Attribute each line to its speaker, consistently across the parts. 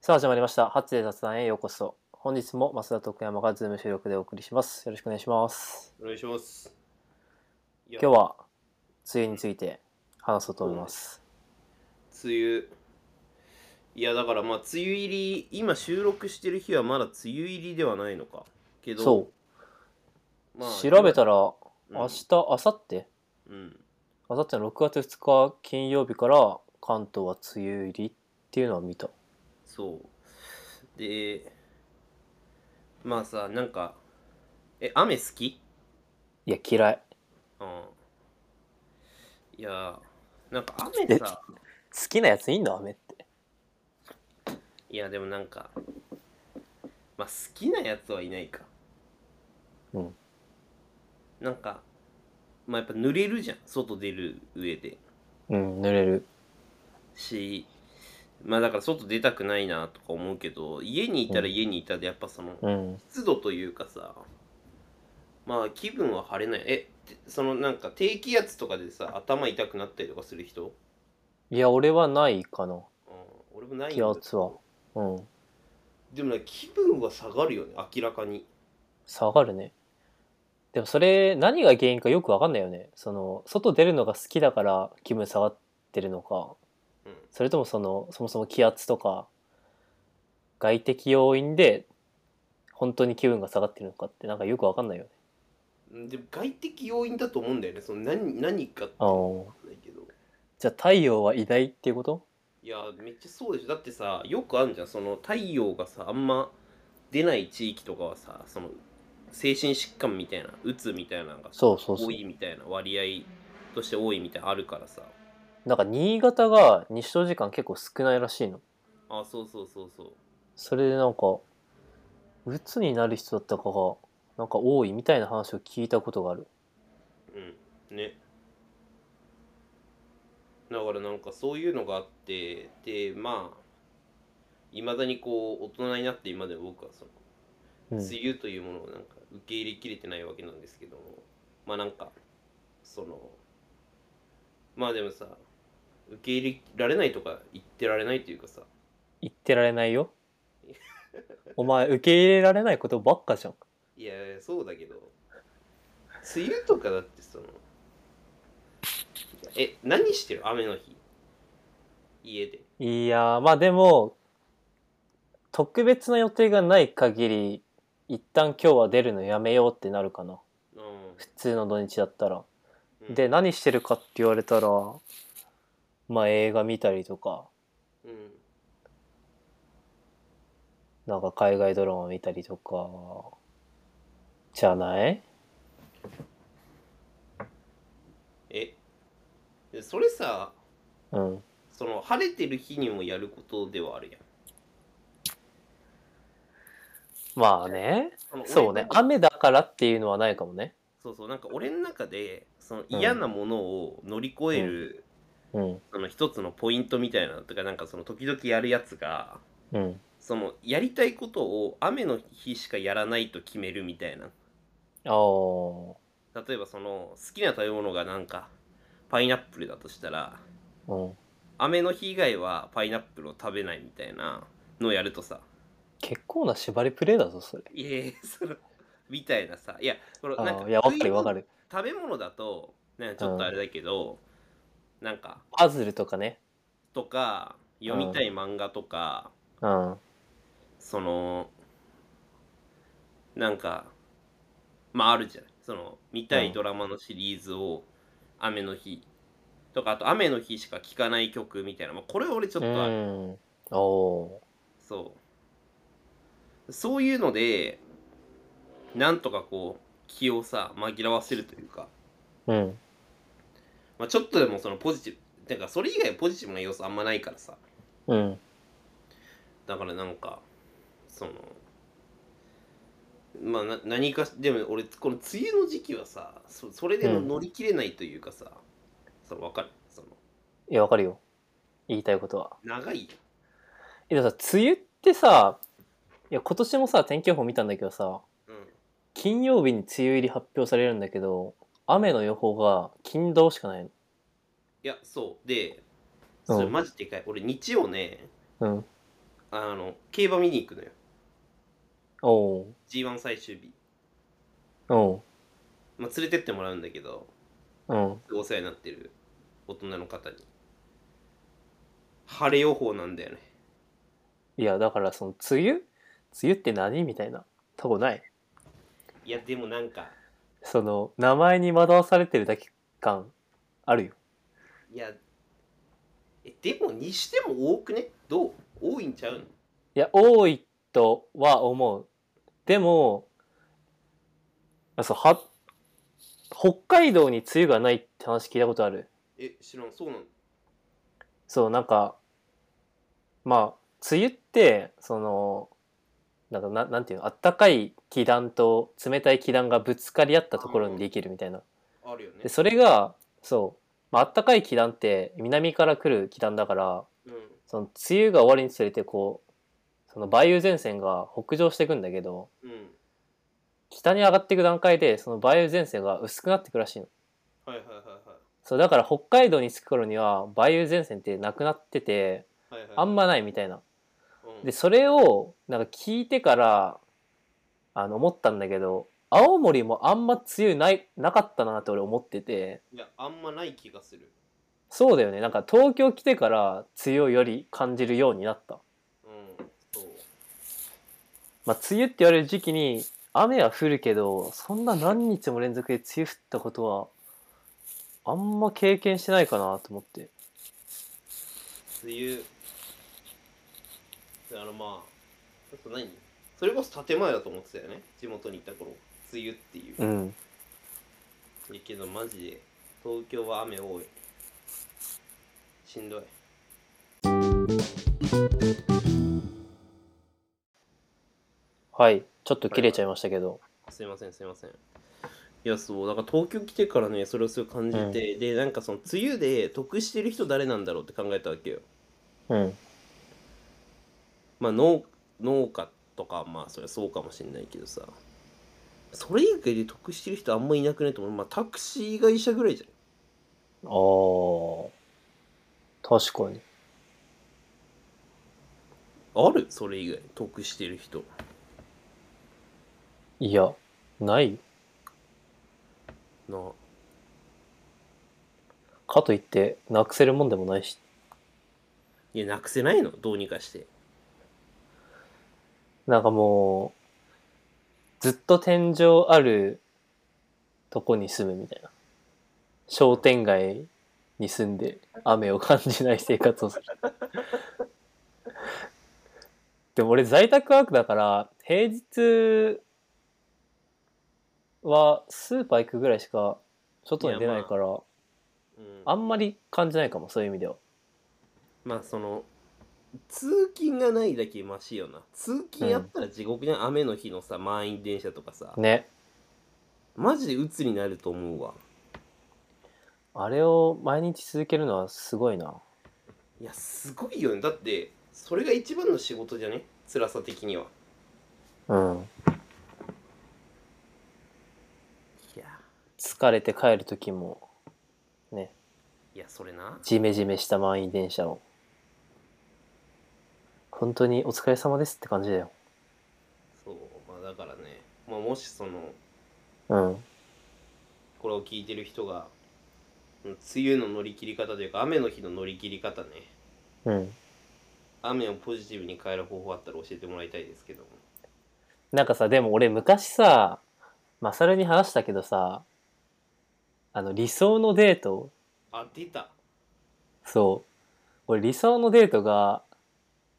Speaker 1: さあ始まりました。ハッチで雑談へようこそ。本日も増田徳山がズーム収録でお送りします。よろしくお願いします。
Speaker 2: お願いします。今
Speaker 1: 今日は梅雨について話そうと思います。
Speaker 2: 梅雨いやだからまあ梅雨入り今収録してる日はまだ梅雨入りではないのかけど、
Speaker 1: そうう、調べた
Speaker 2: ら、
Speaker 1: ら明
Speaker 2: うん
Speaker 1: 日、明後日、
Speaker 2: うん
Speaker 1: 明後日の6月2日金曜日から関東は梅雨入りっていうのは見た。
Speaker 2: そうでまあさなんかえ雨好き
Speaker 1: いや嫌い。
Speaker 2: うんいやなんか雨さ
Speaker 1: 好きなやついんの雨って。
Speaker 2: いやでもなんかまあ好きなやつはいないか
Speaker 1: うん。
Speaker 2: なんかまあやっぱ濡れるじゃん外出る上で
Speaker 1: うん、濡れる。
Speaker 2: しまあだから外出たくないなとか思うけど家にいたら家にいたでやっぱその
Speaker 1: うん。
Speaker 2: 湿度というかさまあ気分は晴れないえてそのなんか低気圧とかでさ頭痛くなったりとかする人、
Speaker 1: いや、俺はないかな。
Speaker 2: うん、俺もないん
Speaker 1: 気
Speaker 2: だ
Speaker 1: 圧は。うん。
Speaker 2: でもね気分は下がるよね明らかに
Speaker 1: 下がるねでもそれ何が原因かよくわかんないよねその外出るのが好きだから気分下がってるのか
Speaker 2: うん
Speaker 1: それともそのそもそも気圧とか外的要因で本当に気分が下がってるのかってなんかよくわかんないよね
Speaker 2: うんでも外的要因だと思うんだよねその何何かって
Speaker 1: あ
Speaker 2: わ
Speaker 1: ー
Speaker 2: かんないけど
Speaker 1: じゃあ太陽はいないっていうこと
Speaker 2: いやめっちゃそうでしょだってさよくあるじゃんその太陽がさあんま出ない地域とかはさその精神疾患みたいなうつみたいなのが
Speaker 1: そうそうそ
Speaker 2: 多
Speaker 1: う
Speaker 2: いみたいな割合として多いみたいなのあるからさ
Speaker 1: なんか新潟が日照時間結構少ないらしいの
Speaker 2: あそうそうそうそう
Speaker 1: それでなんか鬱になる人だったかがなんか多いみたいな話を聞いたことがある
Speaker 2: うんねだからなんかそういうのがあってでまあいまだにこう大人になって今でも僕はその
Speaker 1: うん
Speaker 2: 梅雨というものをなんか受け入れきれてないわけなんですけどもまあなんかそのまあでもさ受け入れられないとか言ってられないというかさ
Speaker 1: 言ってられないよお前受け入れられないことばっかじゃん
Speaker 2: いやいやそうだけど梅雨とかだってそのえ何してる雨の日家で
Speaker 1: いやーまあでも特別な予定がない限り一旦今日は出るのやめようってなるかな普通の土日だったら
Speaker 2: うん
Speaker 1: で何してるかって言われたらまあ映画見たりとか
Speaker 2: うん
Speaker 1: なんか海外ドラマ見たりとかじゃない
Speaker 2: えでそれさ
Speaker 1: うん
Speaker 2: その晴れてる日にもやることではあるやん
Speaker 1: まあね
Speaker 2: あの
Speaker 1: そう
Speaker 2: 俺
Speaker 1: ね雨だからっていうのはないかもね
Speaker 2: そうそうなんか俺の中でその
Speaker 1: うん
Speaker 2: 嫌なものを乗り越える、
Speaker 1: うん
Speaker 2: その一つのポイントみたいなのとかなんかその時々やるやつが
Speaker 1: うん
Speaker 2: そのやりたいことを雨の日しかやらないと決めるみたい
Speaker 1: あ
Speaker 2: な
Speaker 1: あ
Speaker 2: 例えばその好きな食べ物がなんかパイナップルだとしたら
Speaker 1: うん、
Speaker 2: 雨の日以外はパイナップルを食べないみたいなのをやるとさ
Speaker 1: 結構な縛りプレイだぞそれ
Speaker 2: いやいやそのみたいなさいやこの
Speaker 1: あ
Speaker 2: なんか
Speaker 1: ーいやわかるわか
Speaker 2: る
Speaker 1: る
Speaker 2: 食べ物だとなんかちょっとあれだけど、なんか
Speaker 1: パズルとかね
Speaker 2: とか読みたい漫画とか、
Speaker 1: うん
Speaker 2: そのなんかまああるじゃないその見た
Speaker 1: うん
Speaker 2: いドラマのシリーズを雨の日とかあと雨の日しか聴かない曲みたいな、まあ、これ俺ちょっ
Speaker 1: う
Speaker 2: とある、
Speaker 1: んお
Speaker 2: そうそういうのでなんとかこう気をさ紛らわせるというか、
Speaker 1: ーうん
Speaker 2: まあ、ちょっとでもそのポジティブてかそれ以外ポジティブな要素あんまないからさ
Speaker 1: うん
Speaker 2: だからなんかそのまあな何かしでも俺この梅雨の時期はさそそれでも
Speaker 1: うん
Speaker 2: 乗り切れないというかさ、その分かるその
Speaker 1: いやわかるよ言いたいことは
Speaker 2: 長い
Speaker 1: えでもさ梅雨ってさいや今年もさ天気予報見たんだけどさ
Speaker 2: やんうん
Speaker 1: 金曜日に梅雨入り発表されるんだけど雨の予報が金土しかないの
Speaker 2: いやそうでそれ
Speaker 1: うん
Speaker 2: マジでかい俺日曜ね
Speaker 1: うん
Speaker 2: あの競馬見に行くのよ
Speaker 1: おう
Speaker 2: G1 最終日、
Speaker 1: お
Speaker 2: まあ、連れてってもらうんだけど
Speaker 1: ううん
Speaker 2: お世話になってる大人の方に晴れ予報なんだよね
Speaker 1: いやだからその梅雨梅雨って何みたいなとこない
Speaker 2: いやでもなんか
Speaker 1: その名前に惑わされてるだけ感あるよ
Speaker 2: いやえでもにしても多くねどう多いんちゃうの
Speaker 1: いや多いとは思うでもあそうは北海道に梅雨がないって話聞いたことある
Speaker 2: え知らんそうなの
Speaker 1: そうなんかまあ梅雨ってそのなんかななんていうのあったかい気団と冷たい気団がぶつかり合ったところにできるみたいな
Speaker 2: あるよね
Speaker 1: でそれがそう、まああったかい気団って南から来る気団だから
Speaker 2: うん
Speaker 1: その梅雨が終わりにつれてこうその梅雨前線が北上していくんだけど
Speaker 2: うん
Speaker 1: 北に上がっていく段階でその梅雨前線が薄くなってくらしいの
Speaker 2: はいはいはい
Speaker 1: そうだから北海道に着く頃には梅雨前線ってなくなってて
Speaker 2: はいはいはい
Speaker 1: あんまないみたいな
Speaker 2: うん
Speaker 1: でそれをなんか聞いてからあの思ったんだけど青森もあんま梅雨ないなかったなって俺思ってて
Speaker 2: いやあんまない気がする
Speaker 1: そうだよねなんか東京来てから梅雨をより感じるようになった、
Speaker 2: うんそう
Speaker 1: まあ、梅雨って言われる時期に雨は降るけどそんな何日も連続で梅雨降ったことはあんま経験してないかなと思って
Speaker 2: 梅雨だからまあちょっと何それこそ建前だと思ってたよね地元にいた頃梅雨っていう、
Speaker 1: うん
Speaker 2: いいけどマジで東京は雨多いしんどい
Speaker 1: はいちょっと切れちゃいましたけど、
Speaker 2: すいませんすいませんいやそうだから東京来てからねそれをすごい感じて、でなんかその梅雨で得してる人誰なんだろうって考えたわけよ
Speaker 1: うん
Speaker 2: まあ農農家とかまあそりゃそうかもしれないけどさそれ以外で得してる人あんまいなくねと思うまあタクシー会社ぐらいじゃん
Speaker 1: あー確かに
Speaker 2: あるそれ以外得してる人
Speaker 1: いやないよ
Speaker 2: な
Speaker 1: かといってなくせるもんでもないし
Speaker 2: いやなくせないのどうにかして
Speaker 1: なんかもうずっと天井あるとこに住むみたいな商店街に住んで雨を感じない生活をする でも俺在宅ワークだから平日はスーパー行くぐらいしか外に出ないから
Speaker 2: うん
Speaker 1: あんまり感じないかもそういう意味では
Speaker 2: まあその通勤がないだけマシよな通勤やったら地獄じゃん、雨の日のさ満員電車とかさ
Speaker 1: ね
Speaker 2: マジで鬱になると思うわ
Speaker 1: あれを毎日続けるのはすごいない
Speaker 2: やすごいよねだってそれが一番の仕事じゃね辛さ的には
Speaker 1: うん
Speaker 2: いや
Speaker 1: 疲れて帰る時もね
Speaker 2: いやそれな
Speaker 1: ジメジメした満員電車を本当にお疲れ様ですって感じだよ
Speaker 2: そうまあだからね、まあ、もしその
Speaker 1: うん
Speaker 2: これを聞いてる人がうん梅雨の乗り切り方というか雨の日の乗り切り方ね
Speaker 1: うん
Speaker 2: 雨をポジティブに変える方法あったら教えてもらいたいですけども
Speaker 1: なんかさでも俺昔さマサルに話したけどさあの理想のデート
Speaker 2: あ出た
Speaker 1: そう俺理想のデートが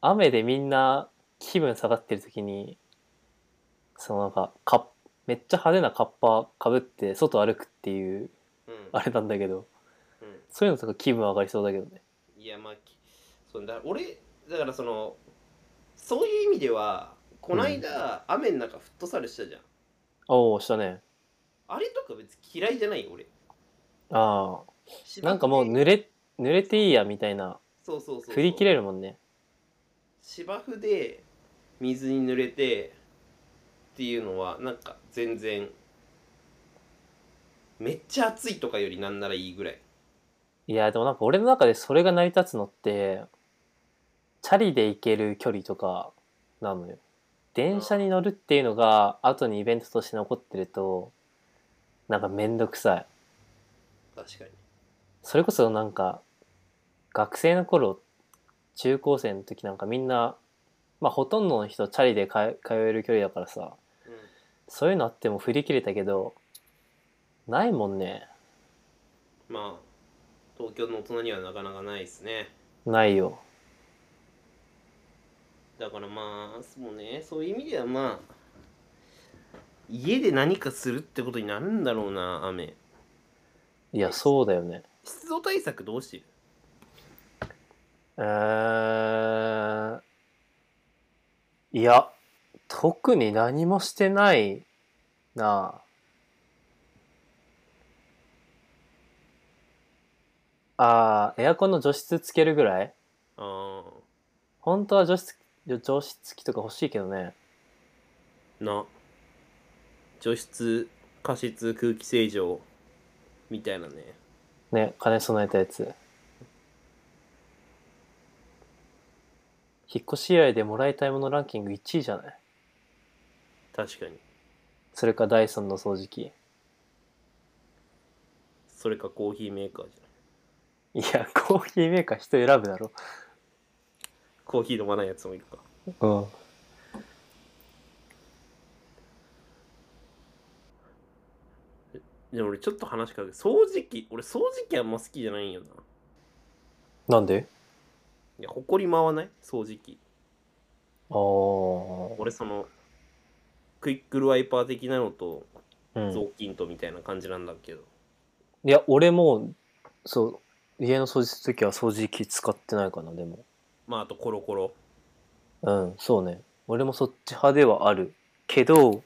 Speaker 1: 雨でみんな気分下がってる時にそのなんかカッめっちゃ派手なカッパかぶって外歩くっていう
Speaker 2: うん
Speaker 1: あれなんだけど
Speaker 2: うん
Speaker 1: そういうのとか気分上がりそうだけどね
Speaker 2: いやまあきそうだ俺だからそのそういう意味ではこないだ、雨の中フットサルしたじゃん
Speaker 1: おおしたね
Speaker 2: あれとか別に嫌いじゃない俺
Speaker 1: ああなんかもう濡れ濡れていいやみたいな
Speaker 2: そうそうそうそう
Speaker 1: 振り切れるもんね
Speaker 2: 芝生で水に濡れてっていうのはなんか全然めっちゃ暑いとかよりなんならいいぐらい
Speaker 1: いやでもなんか俺の中でそれが成り立つのってチャリで行ける距離とかなのよ電車に乗るっていうのが後にイベントとして残ってるとなんかめんどくさい
Speaker 2: 確かに
Speaker 1: それこそなんか学生の頃中高生の時なんかみんなまあほとんどの人チャリでかえ通える距離だからさ
Speaker 2: うん
Speaker 1: そういうのあっても振り切れたけどないもんね
Speaker 2: まあ東京の大人にはなかなかないですね
Speaker 1: ないよ
Speaker 2: だからまあそうねそういう意味ではまあ家で何かするってことになるんだろうな雨
Speaker 1: いやそうだよね
Speaker 2: 湿度対策どうしてる
Speaker 1: えーいや特に何もしてないなああーエアコンの除湿つけるぐらい
Speaker 2: あ
Speaker 1: 本当は除湿除湿機とか欲しいけどね
Speaker 2: あな除湿加湿空気清浄みたいなね
Speaker 1: ね金備えたやつ引っ越し以来でもらいたいものランキング1位じゃない
Speaker 2: 確かに
Speaker 1: それかダイソンの掃除機
Speaker 2: それかコーヒーメーカーじゃない
Speaker 1: いやコーヒーメーカー人選ぶだろ
Speaker 2: コーヒー飲まないやつもいるか
Speaker 1: うん
Speaker 2: でも俺ちょっと話変わるけど掃除機俺掃除機あんま好きじゃないんよな
Speaker 1: なんで
Speaker 2: いや埃回わない掃除機
Speaker 1: ああ
Speaker 2: 俺そのクイックルワイパー的なのと
Speaker 1: うん
Speaker 2: 雑巾とみたいな感じなんだけど、
Speaker 1: いや俺もそう家の掃除する時は掃除機使ってないかなでも
Speaker 2: まああとコロコロ
Speaker 1: うんそうね俺もそっち派ではあるけど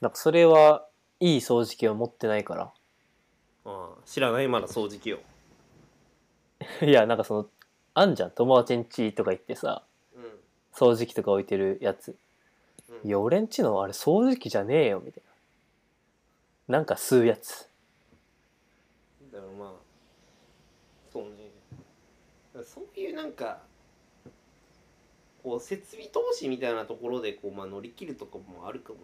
Speaker 1: なんかそれはいい掃除機を持ってないか
Speaker 2: ああ知らないまだ掃除機を
Speaker 1: らいやなんかそのあんじゃん友達ん家とか行ってさ
Speaker 2: うん、
Speaker 1: 掃除機とか置いてるやつ「いや俺んちのあれ掃除機じゃねえよ」みたいななんか吸うやつ
Speaker 2: だからまあそうねだからそういうなんかこう設備投資みたいなところでこう、まあ、乗り切るとかもあるかも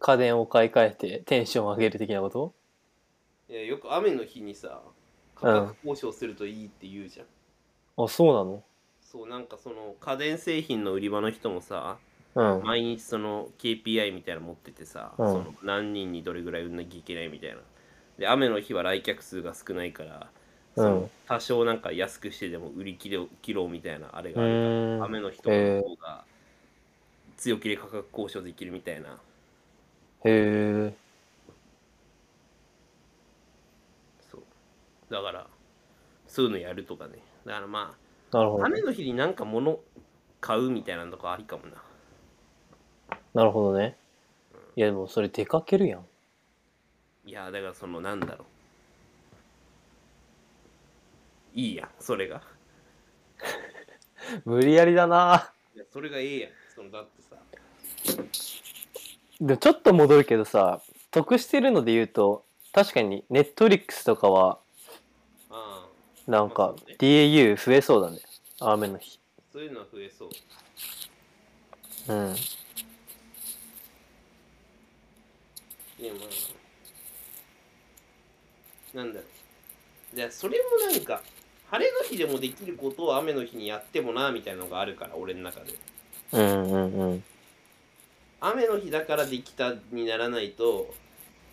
Speaker 1: 家電を買い替えてテンション上げる的なこと
Speaker 2: ないやよく雨の日にさ価格交渉するといいって言うじゃん、
Speaker 1: あそうなの
Speaker 2: そうなんかその家電製品の売り場の人もさ
Speaker 1: うん
Speaker 2: 毎日その KPI みたいなの持っててさ、
Speaker 1: うん
Speaker 2: その何人にどれぐらい売んなきゃいけないみたいなで雨の日は来客数が少ないからその
Speaker 1: うん
Speaker 2: 多少なんか安くしてでも売り切ろう切ろうみたいなあれ
Speaker 1: う
Speaker 2: があるから
Speaker 1: ーん
Speaker 2: 雨の日とかの方が強気で価格交渉できるみたいな
Speaker 1: へえ
Speaker 2: そうだからそういうのやるとかねだからま
Speaker 1: なるほ
Speaker 2: あ
Speaker 1: どね
Speaker 2: 雨の日になんか物買うみたいなのとかありかもな
Speaker 1: なるほどねいやでもそれ出かけるやん
Speaker 2: いやだからそのなんだろういいやんそれが
Speaker 1: 無理やりだない
Speaker 2: やそれがええやんそのだってさ
Speaker 1: でもちょっと戻るけどさ得してるので言うと確かにネットリックスとかは
Speaker 2: ああ
Speaker 1: なん
Speaker 2: ま
Speaker 1: か
Speaker 2: あそうね
Speaker 1: DAU 増えそうだね雨の日
Speaker 2: そういうのは増えそう
Speaker 1: うん
Speaker 2: でもなんだろうじゃあそれもなんか晴れの日でもできることを雨の日にやってもなみたいなのがあるから俺の中で
Speaker 1: うんうんうん
Speaker 2: 雨の日だからできたにならないとこ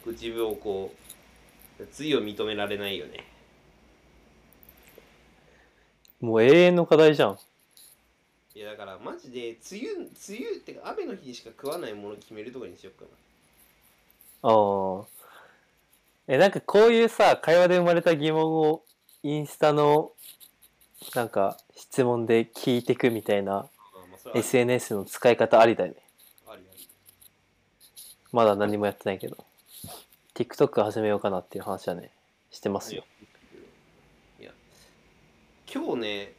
Speaker 2: う自分をこう罪を認められないよね
Speaker 1: もう永遠の課題じゃん
Speaker 2: いやだからマジで梅雨梅雨ってか雨の日にしか食わないもの決めるとかにしよっかな
Speaker 1: ああ。え、なんかこういうさ、会話で生まれた疑問をインスタのなんか質問で聞いてくみたいな
Speaker 2: あまあそれは
Speaker 1: SNS の使い方ありだよね。
Speaker 2: ありあり
Speaker 1: まだ何もやってないけど。TikTok 始めようかなっていう話はね、してますよ。
Speaker 2: いや今日ね、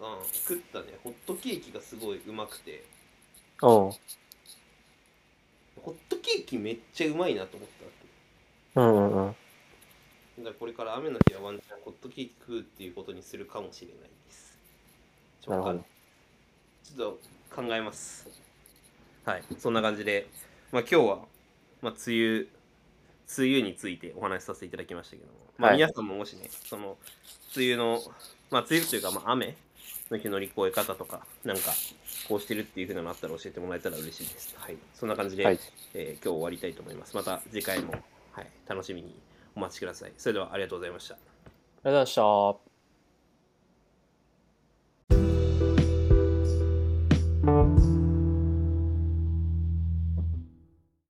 Speaker 2: うん、作ったねホットケーキがすごいうまくて
Speaker 1: うん。
Speaker 2: ホットケーキめっちゃうまいなと思ったわ
Speaker 1: うんうんうん。
Speaker 2: だからこれから雨の日はワンチャンホットケーキ食うっていうことにするかもしれないです。
Speaker 1: なるほど。
Speaker 2: ちょっと考えます。はい、そんな感じで、まあ、今日は、まあ、梅雨、梅雨についてお話しさせていただきましたけども、まあ、
Speaker 1: はい
Speaker 2: 皆さんももしね、その、梅雨の、まあ、梅雨というか、まあ、雨の日の乗り越え方とか、なんか、こうしてるっていう風なのあったら教えてもらえたら嬉しいです。はい、そんな感じで、
Speaker 1: はい。
Speaker 2: えー今日終わりたいと思います。また次回も、はい、楽しみにお待ちください。それではありがとうございました。
Speaker 1: ありがとうございました。